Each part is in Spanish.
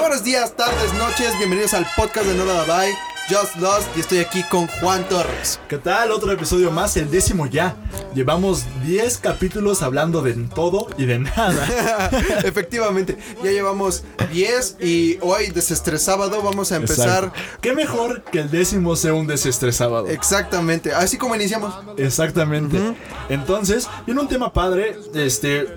Buenos días, tardes, noches, bienvenidos al podcast de Nola Bye, Just Lost, y estoy aquí con Juan Torres. ¿Qué tal? Otro episodio más, el décimo ya. Llevamos 10 capítulos hablando de todo y de nada. Efectivamente, ya llevamos 10 y hoy, desestresábado, vamos a empezar Eh, Exacto. Qué mejor que el décimo sea un desestresábado. exactamente, así como iniciamos. Exactamente. Entonces, viene un tema padre, este.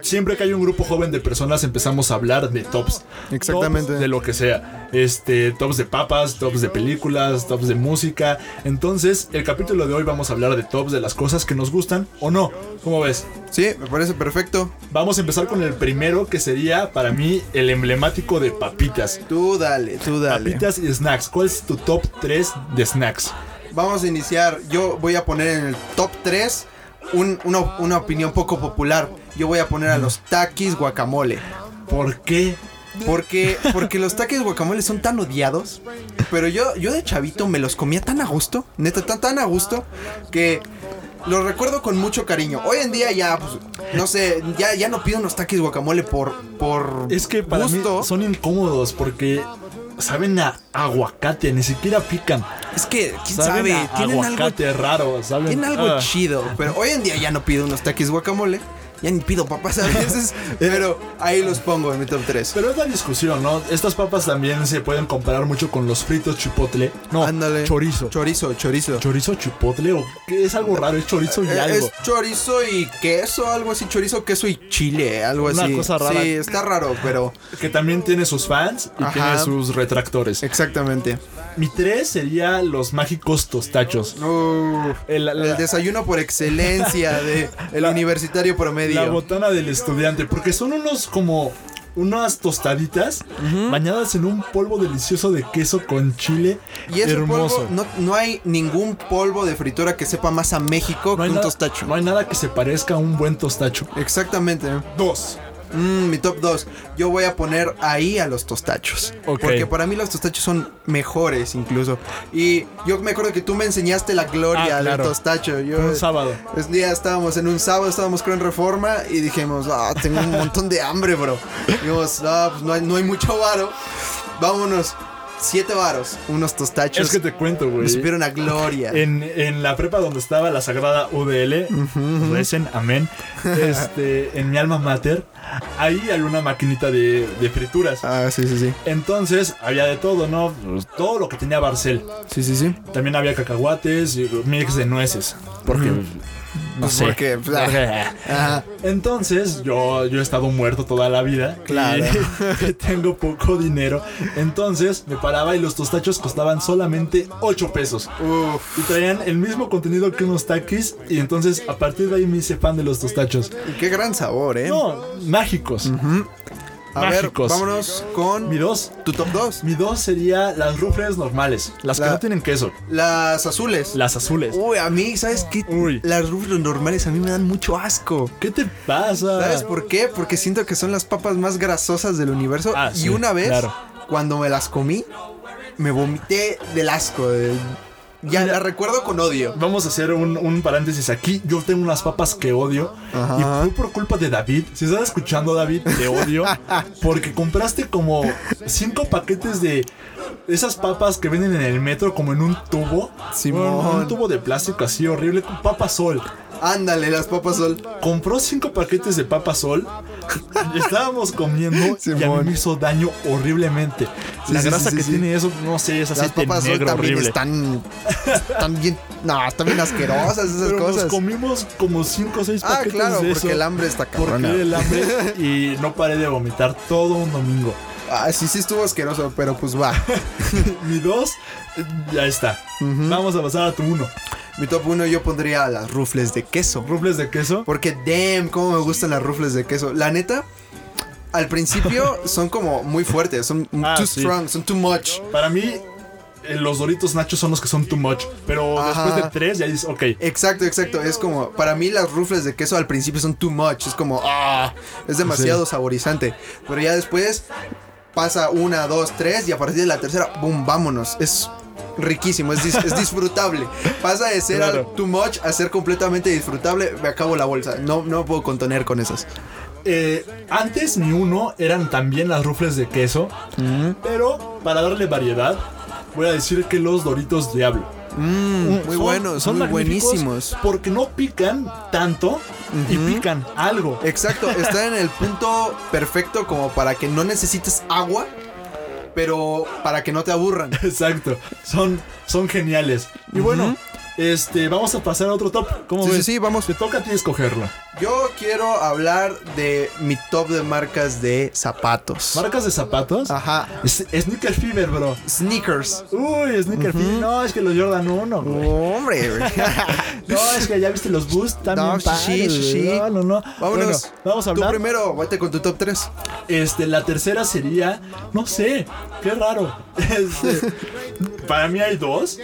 Siempre que hay un grupo joven de personas empezamos a hablar de tops. Exactamente. Tops de lo que sea. Este, tops de papas, tops de películas, tops de música. Entonces, el capítulo de hoy vamos a hablar de tops de las cosas que nos gustan o no. ¿Cómo ves? Sí, me parece perfecto. Vamos a empezar con el primero que sería para mí el emblemático de papitas. Tú dale, tú dale. Papitas y snacks. ¿Cuál es tu top 3 de snacks? Vamos a iniciar. Yo voy a poner en el top 3 un- una, una opinión poco popular. Yo voy a poner a los taquis guacamole. ¿Por qué? Porque, porque los taquis guacamole son tan odiados. Pero yo, yo de chavito me los comía tan a gusto. Neta, tan, tan a gusto. Que los recuerdo con mucho cariño. Hoy en día ya, pues, no sé, ya, ya no pido unos taquis guacamole por, por Es que para gusto. mí son incómodos porque saben a aguacate, ni siquiera pican. Es que, quién Saben sabe, a tienen algo aguacate raro, saben. Tiene algo ah. chido, pero hoy en día ya no pido unos taquis guacamole. Ya ni pido papas a veces, pero ahí los pongo en mi top 3. Pero es la discusión, ¿no? Estas papas también se pueden comparar mucho con los fritos chipotle. No, Ándale. chorizo. Chorizo, chorizo. chorizo chipotle o qué es algo raro, es chorizo y Eh, algo. Es chorizo y queso, algo así. Chorizo, queso y chile, algo Una así. cosa rara. Sí, está raro, pero. Que también tiene sus fans y Ajá. tiene sus retractores. Exactamente. Mi 3 sería los mágicos tostachos. Uh, El- la, el desayuno por excelencia de el La- universitario la promedio. botana del estudiante, porque son unos como unas tostaditas bañadas en un polvo delicioso de queso con chile Y ese hermoso. polvo, no, no hay ningún polvo de fritura que sepa más a México No que hay un nada- tostacho. no hay nada que se parezca a un buen tostacho. Exactamente. Dos. Mm, mi top 2. Yo voy a poner ahí a los tostachos. Ok. Porque para mí los tostachos son mejores incluso. Y yo me acuerdo que tú me enseñaste la gloria Ah, del claro. tostacho. Yo, Un sábado. Un día estábamos en un sábado, estábamos creo en Reforma y dijimos, ah, tengo un montón de hambre, bro. Dijimos, ah, pues no hay, no hay mucho varo. Vámonos. Siete varos, unos tostachos. Es que te Eh, cuento, güey. me supieron a gloria. En, en la prepa donde estaba la sagrada UDL, recen, amén. Este, en mi alma mater, ahí hay una maquinita de, de frituras. Ah, sí, sí, sí. Entonces había de todo, ¿no? Pues, Todo lo que tenía Barcel. Sí, sí, sí. También había cacahuates y mix de nueces. Porque. No Pues sé. porque, pues, ah. Ajá. Entonces, yo, yo he estado muerto toda la vida. Claro. Y, y tengo poco dinero. Entonces, me paraba y los tostachos costaban solamente 8 pesos. Uf. Y traían el mismo contenido que unos taquis. Y entonces, a partir de ahí me hice fan de los tostachos. Y qué gran sabor, eh. No, mágicos. A ver, Mágicos. vámonos con Mi 2. tu top 2. Mi 2 sería las rufles normales. Las La- que no tienen queso. Las azules. Las azules. Uy, a mí, ¿sabes qué? Uy. Las rufles normales a mí me dan mucho asco. ¿Qué te pasa? ¿Sabes por qué? Porque siento que son las papas más grasosas del universo. Ah, y sí, una vez, claro. cuando me las comí, me vomité del asco. de- Ya Mira. la recuerdo con odio. Vamos a hacer un, un paréntesis aquí. Yo tengo unas papas que odio. Ajá. Y fue por culpa de David. Si estás escuchando, David, te odio. Porque compraste como cinco paquetes de esas papas que venden en el metro, como en un tubo. Simón. Un, un tubo de plástico así horrible con papa sol. Ándale, las papas sol. Compró cinco paquetes de papa sol. Y estábamos comiendo. y a mí Simón. me hizo daño horriblemente. Sí, La sí, grasa sí, que sí, tiene eso, no sé, es Las aceite papas sol negro también horrible. están. Están bien. No, están bien asquerosas esas Pero cosas. nos comimos como cinco o seis Ah, paquetes claro, de porque eso. el hambre está Porque cabrona. el hambre y no paré de vomitar todo un domingo. Ah, sí, sí estuvo asqueroso, pero pues va. Mi dos, eh, ya está. Vamos a pasar a tu uno. Mi top 1 yo pondría las rufles de queso. Rufles de queso. Porque, damn, cómo me gustan las rufles de queso. La neta, al principio son como muy fuertes, son Ah, too sí. strong, son too much. Para mí, eh, los doritos nachos son los que son too much. Pero Ajá. después de tres, ya dices, ok. Exacto, exacto. Es como, para mí las rufles de queso al principio son too much. Es como, ah, es demasiado saborizante. Pero ya después pasa una, dos, tres y a partir de la tercera, boom, vámonos. Es riquísimo, es, dis- es disfrutable. Pasa de ser Claro. al too much a ser completamente disfrutable. Me acabo la bolsa. No, no puedo contener con esas. eh, antes mi uno eran también las rufles de queso, pero para darle variedad, voy a decir que los doritos diablo. Mm, Mm, muy son- buenos, son muy magníficos buenísimos. Porque no pican tanto y pican algo. Exacto, está en el punto perfecto como para que no necesites agua, pero para que no te aburran. Exacto. Son, son geniales. Y bueno, este, vamos a pasar a otro top. ¿Cómo Sí, sí, ves? sí, vamos. Te toca a ti escogerlo. Yo quiero hablar de mi top de marcas de zapatos. Marcas de zapatos. Ajá. Es- Sneaker Fever, bro. Sneakers. Uy, Sneaker Fever. No, es que los Jordan 1, güey. Hombre, güey. No, es que ya viste los Boost también. No, sí, padres, sí, sí. güey. No, no, no. Vámonos. Bueno, vamos Tú a hablar. primero, vete con tu top 3. Este, la tercera sería, no sé, qué raro. Este, para mí hay dos.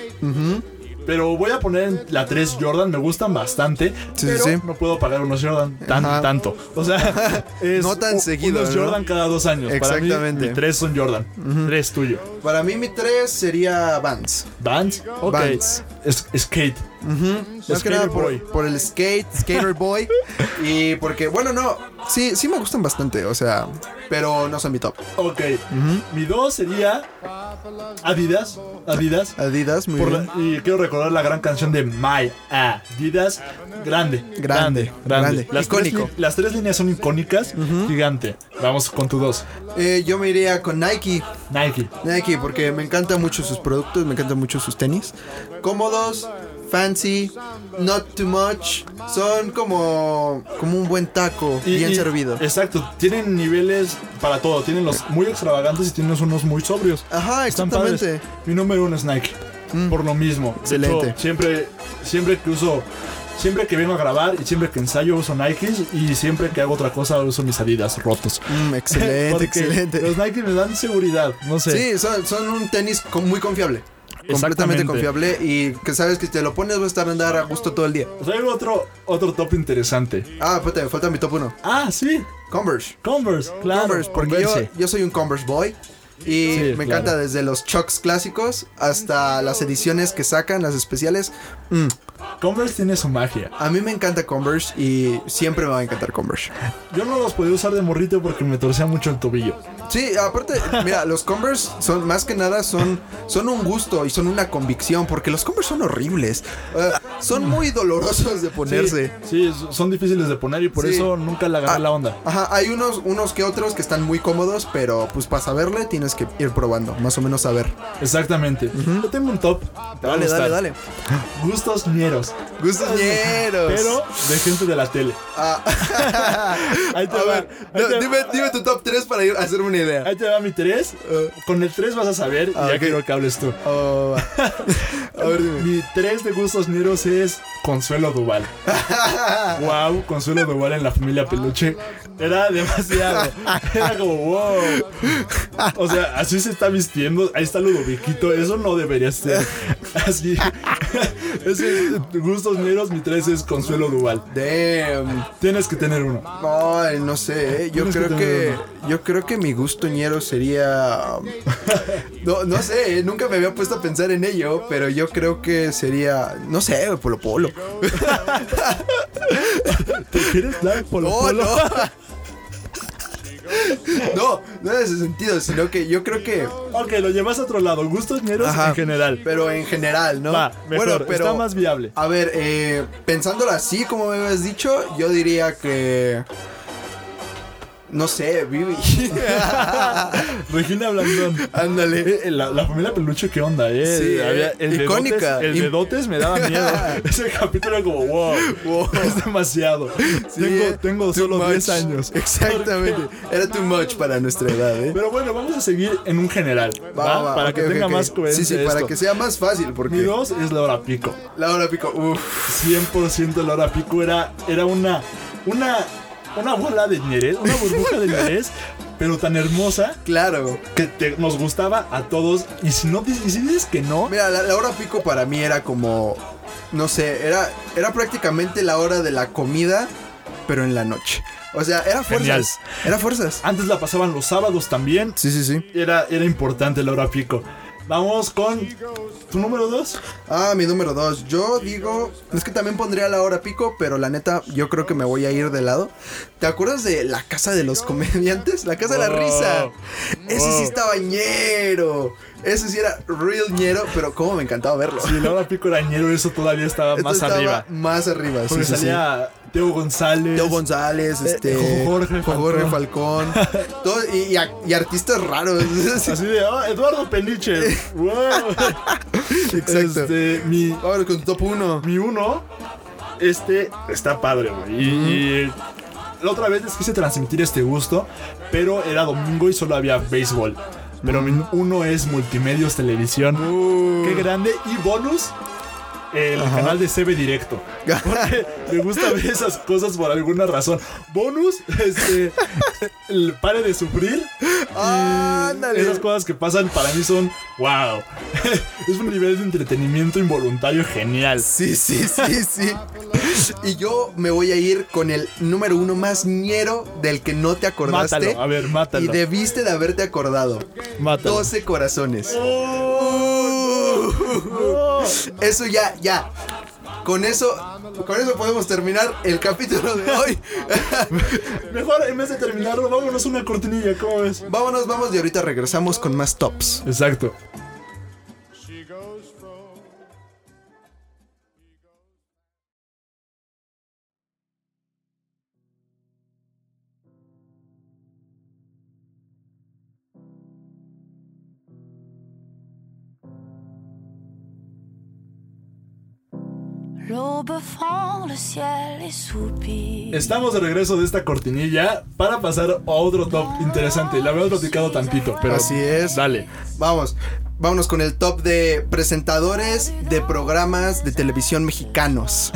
Pero voy a poner en la 3 Jordan, me gustan bastante. Sí, sí, pero sí. no puedo pagar unos Jordan tan, Ajá. tanto. O sea, es No tan u- seguido, Unos ¿no? Jordan cada dos años. Para Exactamente. mí, mi tres son Jordan. Tres tuyo. Para mí, mi 3 sería Vans. Vans, ok. Vans. Es- skate. Más que nada Skater por, boy. por el skate, skater boy. y porque, bueno, no, sí, sí me gustan bastante, o sea, pero no son mi top. Ok. Mi dos sería Adidas. Adidas. Adidas, muy Por la- bien. y quiero recordar la gran canción de My Adidas. Grande. Grande, Grande. grande. Grande. Las, Icónico. Tres, li- las tres líneas son icónicas. Gigante. Vamos con tu dos. Eh, yo me iría con Nike. Nike. Nike, porque me encantan mucho sus productos, me encantan mucho sus tenis. Cómodos, fancy, not too much. Son como, como un buen taco, Y- bien y- servido. Exacto. Tienen niveles para todo. Tienen los muy extravagantes y tienen los unos muy sobrios. Ajá, Están padres. exactamente. Mm. Mi número uno es Nike. Por lo mismo. De Excelente. hecho, siempre, siempre que uso. Siempre que vengo a grabar y siempre que ensayo uso Nikes y siempre que hago otra cosa uso mis Adidas rotos. Mm, excelente, Pues, Porque excelente. Los Nike me dan seguridad, no sé. Sí, son, son un tenis con- muy confiable. Completamente Exactamente. confiable y que sabes que si te lo pones vas a estar a andar a gusto todo el día. Traigo otro, otro top interesante. Ah, espérate, me falta mi top 1. Ah, sí. Converse. Converse, claro. Converse, porque yo, Converse. yo soy un Converse boy. Y Sí, me claro. encanta desde los Chucks clásicos hasta las ediciones que sacan, las especiales. Mm, Converse tiene su magia. a mí me encanta Converse y siempre me va a encantar Converse. Yo no los podía usar de morrito porque me torcía mucho el tobillo. Sí, aparte, mira, los Converse son más que nada son, son un gusto y son una convicción porque los Converse son horribles. Eh, son muy dolorosos de ponerse. Sí, son difíciles de poner y por Sí. Ah. eso nunca le agarré la onda. Ajá, hay unos, unos que otros que están muy cómodos, pero pues para saberle tienes que ir probando, más o menos saber. Exactamente. Yo tengo un top. Te va a gustar. Gustos mieros. Gustos ñeros. Pero de gente de la tele. Ah. Ahí te a va. ver, Ahí no, te- dime, dime tu top 3 para ir a hacerme una idea. Ahí te va mi 3. Con el 3 vas a saber y Ah, ya ok. quiero que hables tú. Oh, a ver, dime. Mi 3 de gustos negros es Consuelo Duval. wow, Consuelo Duval en la familia peluche. Era demasiado. Era como wow. O sea, así se está vistiendo. Ahí está Ludoviquito. Eso no debería ser. Así. Ese gustos negros, mi 3 es Consuelo Duval. Damn. Tienes que tener uno. Ay, no sé, ¿eh? yo Tienes creo que que, tener yo creo que mi gusto ñero sería um, no, no sé, ¿eh? nunca me había puesto a pensar en ello, pero yo creo que sería, no sé, Polo Polo. ¿Te quieres dar polo No, polo? no. No, no en ese sentido, sino que yo creo que Ok, lo llevas a otro lado. Gustos negros Ajá. en general. pero en general, ¿no? Va, mejor. Está más viable. A ver, eh, pensándolo así, como me habías dicho, yo diría que. No sé, Vivi. Regina Blandón. Ándale. Eh, eh, la, la familia peluche, ¿qué onda? Eh? Sí, Había- el icónica. De dotes, el de Im- dotes me daba miedo. Ese capítulo era como, wow, Wow. es demasiado. tengo eh, tengo too solo much. 10 años. Exactamente. Era too much para nuestra edad, ¿eh? Pero bueno, vamos a seguir en un general. Va, ¿va? va, para ok, que ok, tenga ok. más coherencia. Sí, sí, para que sea más fácil, Mi porque. dos es la hora pico. La hora pico. Uf. 100% la hora pico era, era una, una, una bola de ñerez, una burbuja de ñerez, pero tan hermosa Claro. que te- nos gustaba a todos. Y si, no, y si dices que no, Mira, la, la hora pico para mí era como. No sé, era, era prácticamente la hora de la comida, pero en la noche. O sea, era Genial. fuerzas. Era fuerzas. antes la pasaban los sábados también. Sí, sí, sí. era, era importante la hora pico. Vamos con tu número 2. Ah, mi número 2. Yo digo, es que también pondría la hora pico, pero la neta, yo creo que me voy a ir de lado. ¿Te acuerdas de la casa de los comediantes? La casa de la Wow. risa. Ese sí Wow. estaba ñero. Ese sí era real ñero, pero cómo me encantaba verlo. Si la hora pico arañero, eso todavía estaba Esto más estaba arriba. Más arriba, sí, Porque sí, sí. salía Teo González. eh, Teo González, este. Jorge Falcón. Falcón. todo- y, y a- y artistas raros. Sí, Así de, "Ah, Eduardo Peniche. wow. Exacto. Este, mi, Ahora con tu top 1. mi uno, este está padre, güey. Y, y la otra vez les quise transmitir este gusto, pero era domingo y solo había béisbol. Pero mi uno es Multimedios Televisión. Qué grande. Y bonus. El canal de CB Directo. Porque me gusta ver esas cosas por alguna razón. Bonus, este. el pare de sufrir. Ándale. Esas cosas que pasan para mí son wow. es un nivel de entretenimiento involuntario genial. Sí, sí, sí, sí. Y yo me voy a ir con el número uno más ñero del que no te acordaste. Mátalo, a ver, mátalo. Y debiste de haberte acordado. Mátalo. 12 corazones. Oh, no. Eso ya, ya. Con eso, con eso podemos terminar el capítulo de hoy. Mejor en vez de terminarlo, vámonos una cortinilla, ¿cómo ves? Vámonos, vamos y ahorita regresamos con más tops. Exacto. She goes from L'aube fend le ciel et soupire. Estamos de regreso de esta cortinilla para pasar a otro top interesante. La habíamos platicado tantito, pero. Así es. Dale. Vamos, vámonos con el top de presentadores de programas de televisión mexicanos.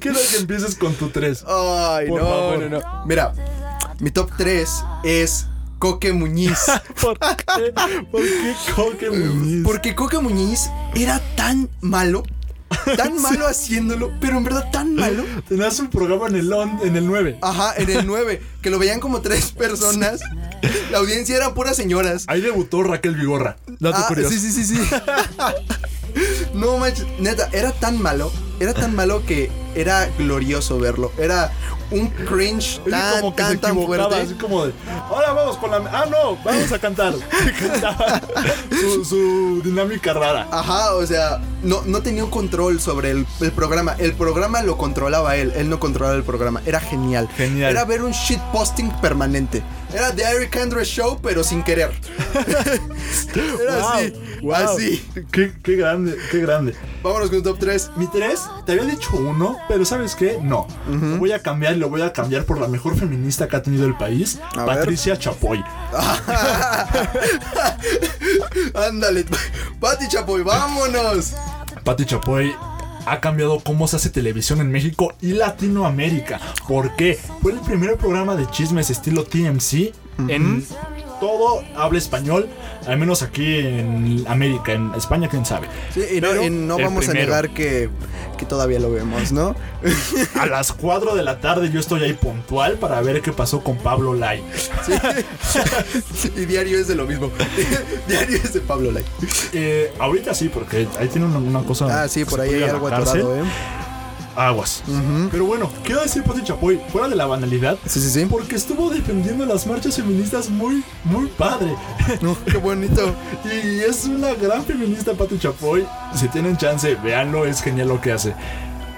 Quiero que empieces con tu 3. Ay, Por no, favor. no, no. Mira, mi top 3 es Coque Muñiz. ¿Por qué? ¿Por qué Coque Muñiz? Porque Coque Muñiz era tan malo, tan malo haciéndolo, pero en verdad tan malo. Tenías un programa en el, on- en el 9. Ajá, en el 9, que lo veían como tres personas. La audiencia eran puras señoras. Ahí debutó Raquel Vigorra. Dato Ah, curioso. sí, sí, sí, sí. no manches, neta, era tan malo, era tan malo que era glorioso verlo. Era un cringe Oye, tan, como que se tan, tan equivocaba, fuerte. así como de, ahora vamos con la... Ah, no, vamos a cantar. Cantaba su, su dinámica rara. Ajá, o sea, no, no tenía un control sobre el, el programa. El programa lo controlaba él, él no controlaba el programa. Era genial. Genial. Era ver un shitposting permanente. Era The Eric Andre Show, pero sin querer. era Wow, así, wow. así. Qué, qué grande, qué grande. Vámonos con el top 3. Mi 3, te había dicho uno, pero ¿sabes qué? No. Lo voy a cambiar y lo voy a cambiar por la mejor feminista que ha tenido el país, A ver. Patricia Chapoy. Ándale, Pati Chapoy, vámonos. Pati Chapoy ha cambiado cómo se hace televisión en México y Latinoamérica. ¿Por qué? Fue el primer programa de chismes estilo TMC en todo habla español, al menos aquí en América, en España, quién sabe. Sí, y no, Pero y no el vamos primero. a negar que, que todavía lo vemos, ¿no? A las 4 de la tarde yo estoy ahí puntual para ver qué pasó con Pablo Lai. y diario es de lo mismo. diario es de Pablo Lai. Eh, ahorita sí, porque ahí tiene una, una cosa. Ah, sí, que por se ahí puede hay ir a la algo cárcel. atorado, ¿eh? Aguas. Pero bueno, quiero decir Pati Chapoy, fuera de la banalidad, Sí, sí, sí. porque estuvo defendiendo las marchas feministas muy, muy padre. No, qué bonito. Y es una gran feminista, Pati Chapoy. Si tienen chance, véanlo, es genial lo que hace.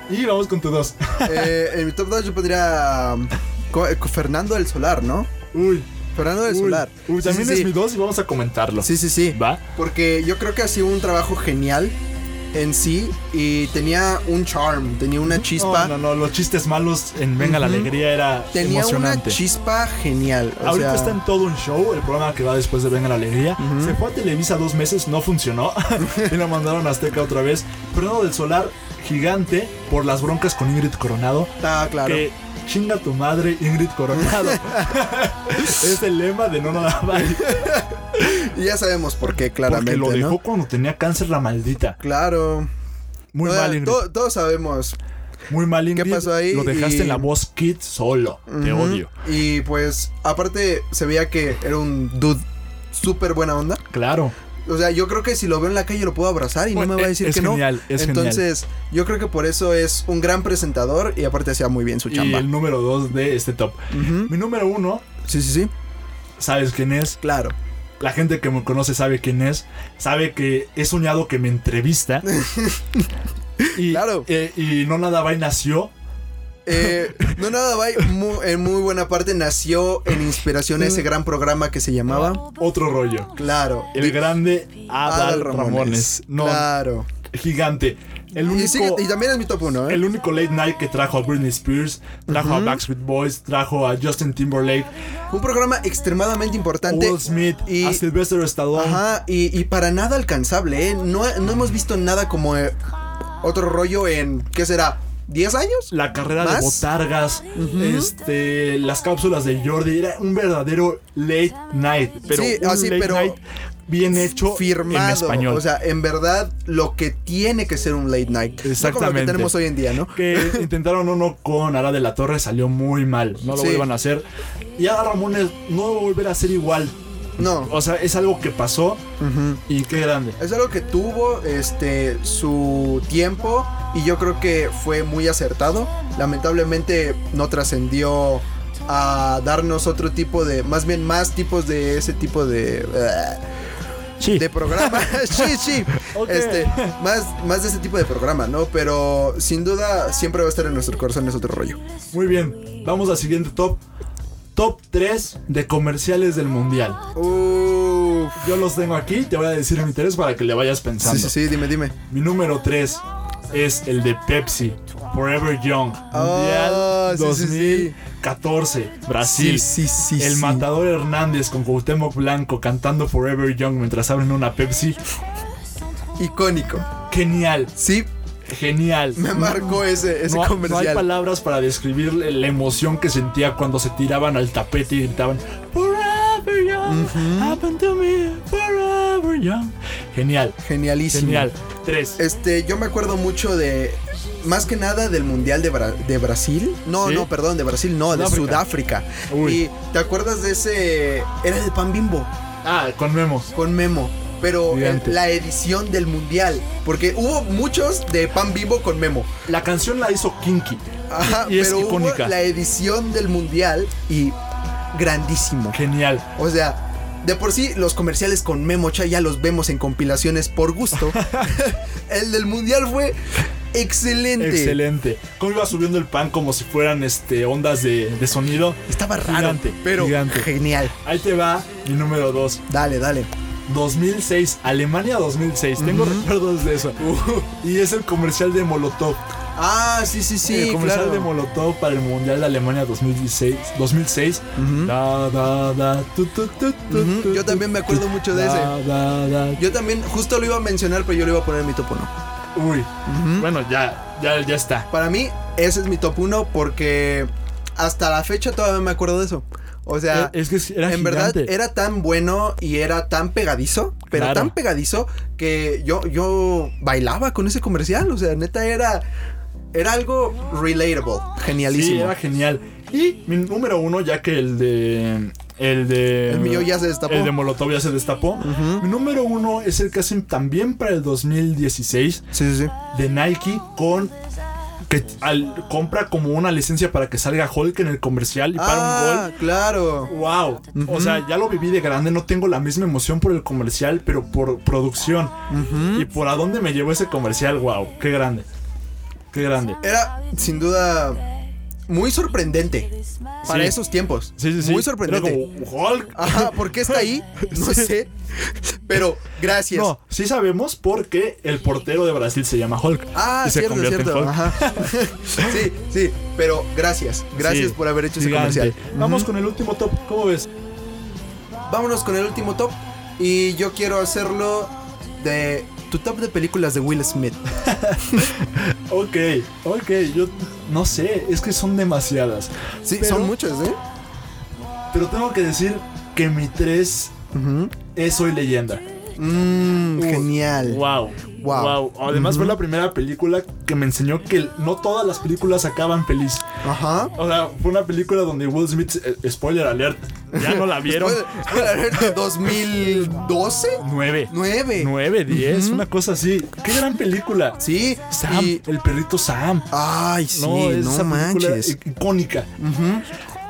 Y vamos con tu dos. Eh, en mi top 2 yo pondría um, co- eh, Fernando del Solar, ¿no? Uy, Fernando del uy, Solar. uy, Sí, también sí, es sí. mi dos y vamos a comentarlo. Sí, sí, sí. ¿Va? Porque yo creo que ha sido un trabajo genial en sí y tenía un charm, tenía una chispa. No, no, no, los chistes malos en Venga la Alegría era Tenía una emocionante. chispa genial. o Ahorita sea, está en todo un show, el programa que va después de Venga la Alegría. Se fue a Televisa dos meses, no funcionó. y lo mandaron a Azteca otra vez. Fernando del Solar, gigante, por las broncas con Ingrid Coronado. Ah, claro. que chinga tu madre Ingrid Coronado. es el lema de No Nada Vale. Y ya sabemos por qué, claramente. Porque lo dejó ¿no? cuando tenía cáncer la maldita. Claro. Muy Toda- mal Ingrid. to- todos sabemos. Muy mal Ingrid. pasó ahí? Lo dejaste Y- en la voz Kid solo. Te Ujú. odio. Y pues, aparte, se veía que era un dude súper buena onda. Claro. O sea, yo creo que si lo veo en la calle lo puedo abrazar y Bueno, no me va a eh, decir es que genial, no. es genial. Entonces, yo creo que por eso es un gran presentador y aparte hacía muy bien su Y chamba. el número 2 de este top. Ujú. Mi número 1, Sí, sí, sí. ¿sabes quién es? Claro. La gente que me conoce sabe quién es. Sabe que he soñado que me entrevista. y, Claro. eh, y no nada va y nació. Eh, no nada, bye. Mu- en muy buena parte nació en inspiración a ese gran programa que se llamaba. Otro rollo. Claro. Mm. El grande Adal Ah, Adal Ramones. No, Claro. gigante. El único, Y, sigue- y también es mi top 1, ¿eh? el único late night que trajo a Britney Spears, trajo a Backstreet Boys, trajo a Justin Timberlake, Un programa extremadamente importante. Will Smith, y- a Sylvester Stallone. Ajá, y, y para nada alcanzable, ¿eh? No, no hemos visto nada como eh, otro rollo en, ¿qué será? ¿10 años? La carrera de ¿Más? botargas, este, las cápsulas de Jordi, era un verdadero late night, pero Sí, un así, late pero night bien hecho Firmado. en español. O sea, en verdad, lo que tiene que ser un late night. No como lo que Exactamente. tenemos hoy en día, ¿no? que intentaron uno con Ara de la Torre, salió muy mal, no lo Sí. vuelvan a hacer. Y Ada Ramones no va a volver a ser igual. No. O sea, es algo que pasó y qué grande. Es algo que tuvo este su tiempo y yo creo que fue muy acertado. Lamentablemente no trascendió a darnos otro tipo de, más bien más tipos de ese tipo de eh, Sí. de programa. sí, sí. Ok. Este, más, más de ese tipo de programa, ¿no? Pero sin duda siempre va a estar en nuestro corazón es otro rollo. Muy bien, vamos al siguiente top. Top 3 de comerciales del mundial. Uf. Yo los tengo aquí, te voy a decir mi interés para que le vayas pensando. Sí, sí, sí, dime, dime. Mi número 3 es el de Pepsi, Forever Young, Ah, Mundial sí, sí, sí. 2014, Brasil. Sí, sí, sí, el sí. matador Hernández con Cuauhtémoc Blanco cantando Forever Young mientras abren una Pepsi. Icónico. Genial, Sí, genial. me marcó ese, ese no, ha- no hay comercial. palabras para describir la emoción que sentía cuando se tiraban al tapete y gritaban Forever Young, happen to me, Forever Young. Genial, Genialísimo. genial. Tres. Este, yo me acuerdo mucho de. Más que nada del Mundial de, Bra- de Brasil. No, ¿Sí? no, perdón, de Brasil, no, de Sudáfrica. Sudáfrica. Uy. Y te acuerdas de ese. Era de Pan Bimbo Ah, con Memo. con Memo. Pero el- Gigante. la edición del Mundial. Porque hubo muchos de Pan Bimbo con Memo. La canción la hizo Kinky. Ajá, Y es pero hubo icónica. la edición del Mundial y grandísimo. Genial. O sea. De por sí, los comerciales con Memo Cha ya los vemos en compilaciones por gusto. el del Mundial fue excelente. Excelente. Cómo iba subiendo el pan como si fueran este ondas de, de sonido. Estaba raro, Gigante, pero gigante. genial. Ahí te va mi número 2. Dale, dale. 2006, Alemania 2006. Tengo recuerdos de eso. Uh. Y es el comercial de Molotov. Ah, sí, sí, el sí, comercial claro. de Molotov para el Mundial de Alemania 2016. 2006. Da, da, da, tu, tu, tu, tu, Ujú, tu, yo tu, también me acuerdo tu, mucho de da, da, da. Yo también, justo lo iba a mencionar, pero yo lo iba a poner en mi top 1. Uy. ¿Mm? Bueno, ya, ya, ya está. Para mí, ese es mi top 1 porque hasta la fecha todavía me acuerdo de eso. O sea, Es que era en verdad gigante. era tan bueno y era tan pegadizo, pero Claro. tan pegadizo que yo, yo bailaba con ese comercial. O sea, neta era, era algo relatable, Sí, genialísimo. era genial. Y mi número uno, ya que el de. El de. El mío ya se destapó. El de Molotov ya se destapó. Mi número uno es el que hacen también para el 2016 sí, sí, sí. de Nike con. Que al- compra como una licencia para que salga Hulk en el comercial y para un Ah, gol. claro. ¡Wow! O sea, ya lo viví de grande, no tengo la misma emoción por el comercial, pero por producción. Y por a dónde me llevó ese comercial, ¡wow! ¡Qué grande! ¡Qué grande! era sin duda muy sorprendente para Sí. esos tiempos. Sí, sí, sí. Muy sorprendente. Era como, Hulk. Ajá, ¿por qué está ahí? No Sí. sé. Pero gracias. No, sí sabemos porque el portero de Brasil se llama Hulk. Ah, y se cierto, convierte cierto. en Hulk. Ajá. sí, sí, pero gracias. Gracias Sí, por haber hecho gigante. ese comercial. Vamos con el último top. ¿Cómo ves? Vámonos con el último top. Y yo quiero hacerlo de tu top de películas de Will Smith. Ok, ok. Yo no sé, es que son demasiadas. Sí, Pero- son muchos, ¿eh? Pero tengo que decir que mi 3 Ujú. es Soy Leyenda. Mmm, Uh, genial. Wow. Wow. Wow. Además fue la primera película que me enseñó que no todas las películas acaban feliz. Ajá. O sea, fue una película donde Will Smith, eh, spoiler alert, ya no la vieron. Spoiler, 2012, Nueve. 9. Nueve, diez, una cosa así. Qué gran película. Sí. Sam, y- el perrito Sam. Ay, sí, no, es esa película manches. i- icónica.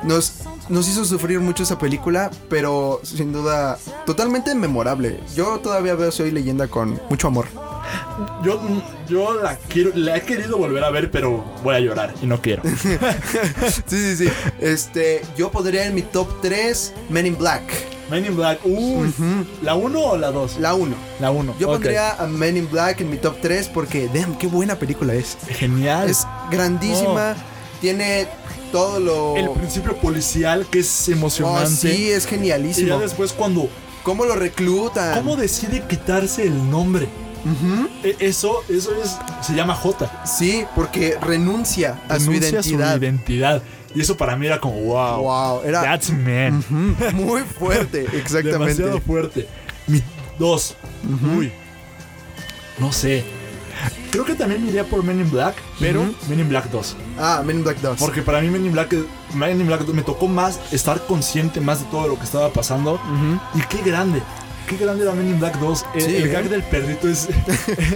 Nos, nos hizo sufrir mucho esa película, pero sin duda totalmente memorable. Yo todavía veo Soy Leyenda con mucho amor. Yo, yo la quiero, la he querido volver a ver, pero voy a llorar y no quiero. Sí, sí, sí. Este, yo podría en mi top 3 Men in Black, Men in Black, uy, ¿la 1 o la 2? la 1. La 1. Yo pondría a Men in Black en mi top 3 porque, damn, qué buena película es. Genial. Es grandísima, tiene todo lo... el principio policial que es Oh, emocionante. sí, es Y ya genialísimo. después cuando... ¿Cómo lo reclutan? ¿Cómo decide quitarse el nombre? E- Eso, eso es, se llama J. Sí, porque renuncia a su Denuncia identidad. su identidad. Y eso para mí era como, wow. Wow, era- That's man. Muy fuerte, exactamente. Demasiado fuerte. Mi dos. Uy. No sé. Creo que también me iría por Men in Black, pero Men in Black 2. Ah, Men in Black 2. Porque para mí Men in Black, Men in Black 2 me tocó más estar consciente más de todo lo que estaba pasando. Y qué grande. Qué grande era Men in Black 2. El, Sí, el ¿eh? gag del perrito es,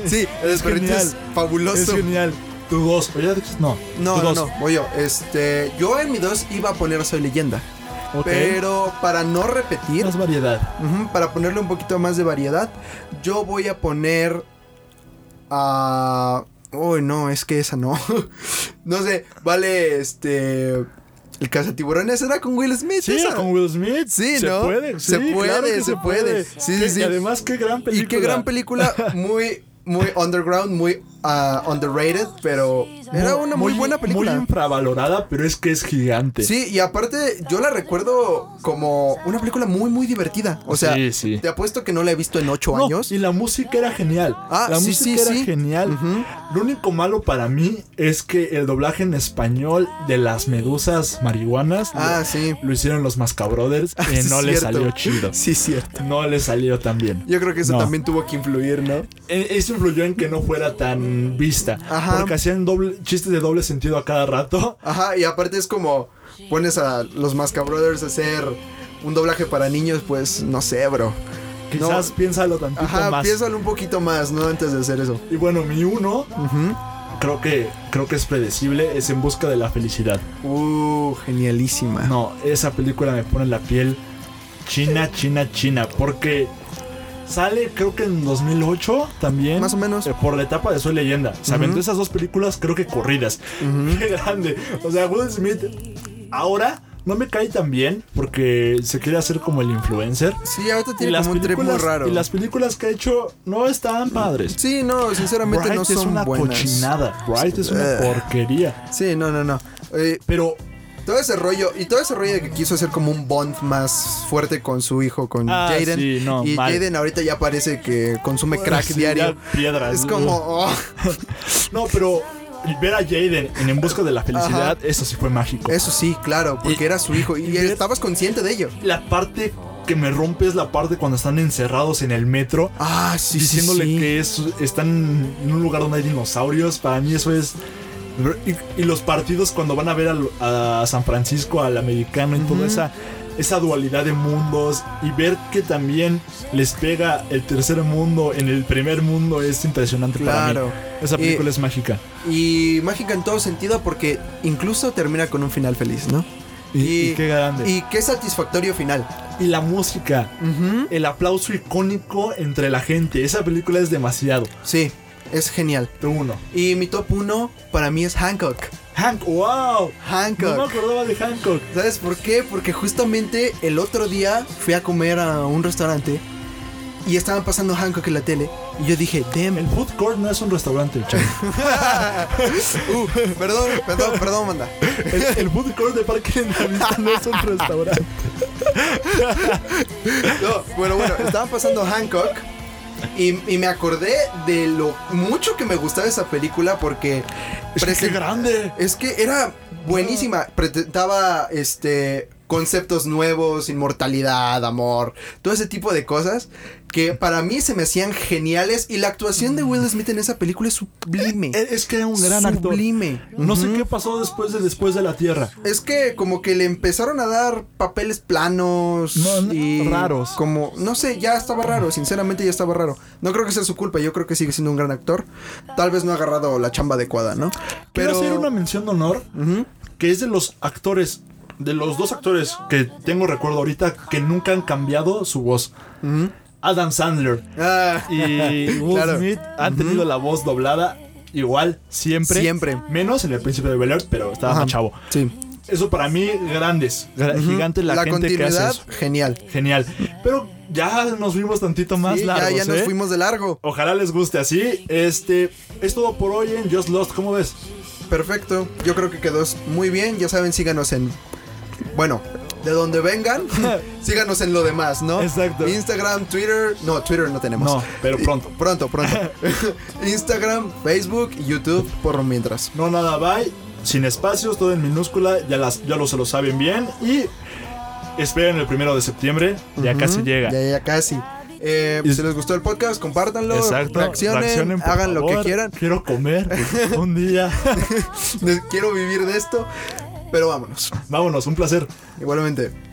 sí, el es perrito es genial. es fabuloso. genial. Tu dos. ¿o ya dijiste? No. no, tu no, dos. no, voy yo. Este, yo en mi 2 iba a poner Soy Leyenda. Ok. Pero para no repetir, Más variedad. ujú, para ponerle un poquito más de variedad, yo voy a poner a... Uy, no, es que esa no. no sé, vale, este... El cazatiburones era con Will Smith. Sí, esa. con Will Smith. Sí, se ¿no? Puede, Se sí, puede, claro que se puede. Sí, sí, Qué- sí. Y además, qué gran película. Y qué gran película, muy, muy underground, muy ah, underrated, pero era una muy, buena película. Muy infravalorada, pero es que es gigante. Sí, y aparte yo la recuerdo como una película muy, muy divertida. O sea, Sí, sí. te apuesto que no la he visto en ocho No, años. Y la música era genial. Ah, la sí, música sí, era sí. genial. Lo único malo para mí es que el doblaje en español de las medusas marihuanas Ah, lo, sí. lo hicieron los Mascabrothers Ah, y sí, no es le cierto. salió chido. Sí, cierto. No le salió tan bien. Yo creo que eso No. también tuvo que influir, ¿no? E- Eso influyó en que no fuera tan vista. Ajá. Porque hacían doble, chistes de doble sentido a cada rato. Ajá, y aparte es como pones a los Mascabrothers a hacer un doblaje para niños, pues no sé, bro. Quizás No. piénsalo tantito Ajá, más. piénsalo un poquito más, ¿no? Antes de hacer eso. Y bueno, mi uno, creo que creo que es predecible, es En busca de la felicidad. Uh, genialísima. No, esa película me pone la piel china, china, china, porque sale creo que en 2008 también. Más o menos. eh, Por la etapa de Soy Leyenda. Se aventó esas dos películas creo que corridas. Qué grande. O sea, Will Smith ahora no me cae tan bien porque se quiere hacer como el influencer. Sí, ahorita Y tiene las, como un trip muy películas, raro. y las películas que ha hecho no están padres. Sí, no, sinceramente Bright no son es una buenas. Eh. cochinada. Bright es una Ugh. porquería. Sí, no, no, no. Eh, Pero, todo ese rollo, y todo ese rollo de que quiso hacer como un bond más fuerte con su hijo, con Ah, Jaden. sí, no, y mal. Jaden ahorita ya parece que consume crack sí, diario. ya piedras. Es como, oh, no, pero ver a Jaden en En Busca de la Felicidad, Ajá. eso sí fue mágico. eso sí, claro, porque Y- era su hijo y, y ver- estabas consciente de ello. La parte que me rompe es la parte cuando están encerrados en el metro. Ah, sí, diciéndole sí, sí. que es- están en un lugar donde hay dinosaurios. Para mí eso es... Y, y los partidos cuando van a ver al- a, San Francisco, al americano y toda esa, esa dualidad de mundos y ver que también les pega el tercer mundo en el primer mundo es impresionante para Claro. mí. Esa película Y- es mágica. Y mágica en todo sentido porque incluso termina con un final feliz, ¿no? Y, y qué grande. Y qué satisfactorio final. Y la música, el aplauso icónico entre la gente. Esa película es demasiado. Sí, es genial. Tú uno. Y mi top 1 para mí es Hancock. Hank, wow. Hancock. No me acordaba de Hancock. ¿Sabes por qué? Porque justamente el otro día fui a comer a un restaurante y estaban pasando Hancock en la tele. Y yo dije, damn. El food court no es un restaurante, chavo. Uh, perdón, perdón, perdón, manda. El, el food court de Parque de la Vista no es un restaurante. No, bueno, bueno, estaban pasando Hancock. Y, y me acordé de lo mucho que me gustaba esa película porque Es que presen- qué grande. Es que era buenísima. Presentaba este conceptos nuevos, inmortalidad, amor, todo ese tipo de cosas que para mí se me hacían geniales y la actuación de Will Smith en esa película es sublime. Mm. Es es que era un gran actor. sublime. No sé qué pasó después de Después de la Tierra. Es que como que le empezaron a dar papeles planos No, no, y raros. Como no sé, ya estaba raro, sinceramente ya estaba raro. No creo que sea su culpa, yo creo que sigue siendo un gran actor. Tal vez no ha agarrado la chamba adecuada, ¿no? Quiero hacer una mención de honor que es de los actores, de los dos actores que tengo recuerdo ahorita que nunca han cambiado su voz. Adam Sandler Ah, y Will Claro. Smith han tenido la voz doblada igual siempre. Siempre. Menos en el Príncipe de Bel Air, pero estaba Ajá. más chavo. sí. Eso para mí grandes, gra- gigante la, La, gente que hace continuidad eso. genial. Genial. Pero ya nos vimos tantito más Sí, largos, ya ya nos ¿eh? fuimos de largo. Ojalá les guste así. Este es todo por hoy en Just Lost. ¿Cómo ves? Perfecto, yo creo que quedó muy bien. Ya saben, síganos en. Bueno, de donde vengan, síganos en lo demás, ¿no? Exacto. Instagram, Twitter. No, Twitter no tenemos. No, pero pronto. Pronto, pronto. Instagram, Facebook, y YouTube, por mientras. No nada bye, sin espacios, todo en minúscula, ya, las, ya lo se lo saben bien y esperen el primero de septiembre, ya casi llega. Ya, ya casi. Eh, Y- si les gustó el podcast, compártanlo. Exacto, Reaccionen, reaccionen, por hagan lo que favor. quieran. Quiero comer un día. Quiero vivir de esto, pero vámonos. Vámonos, un placer. Igualmente.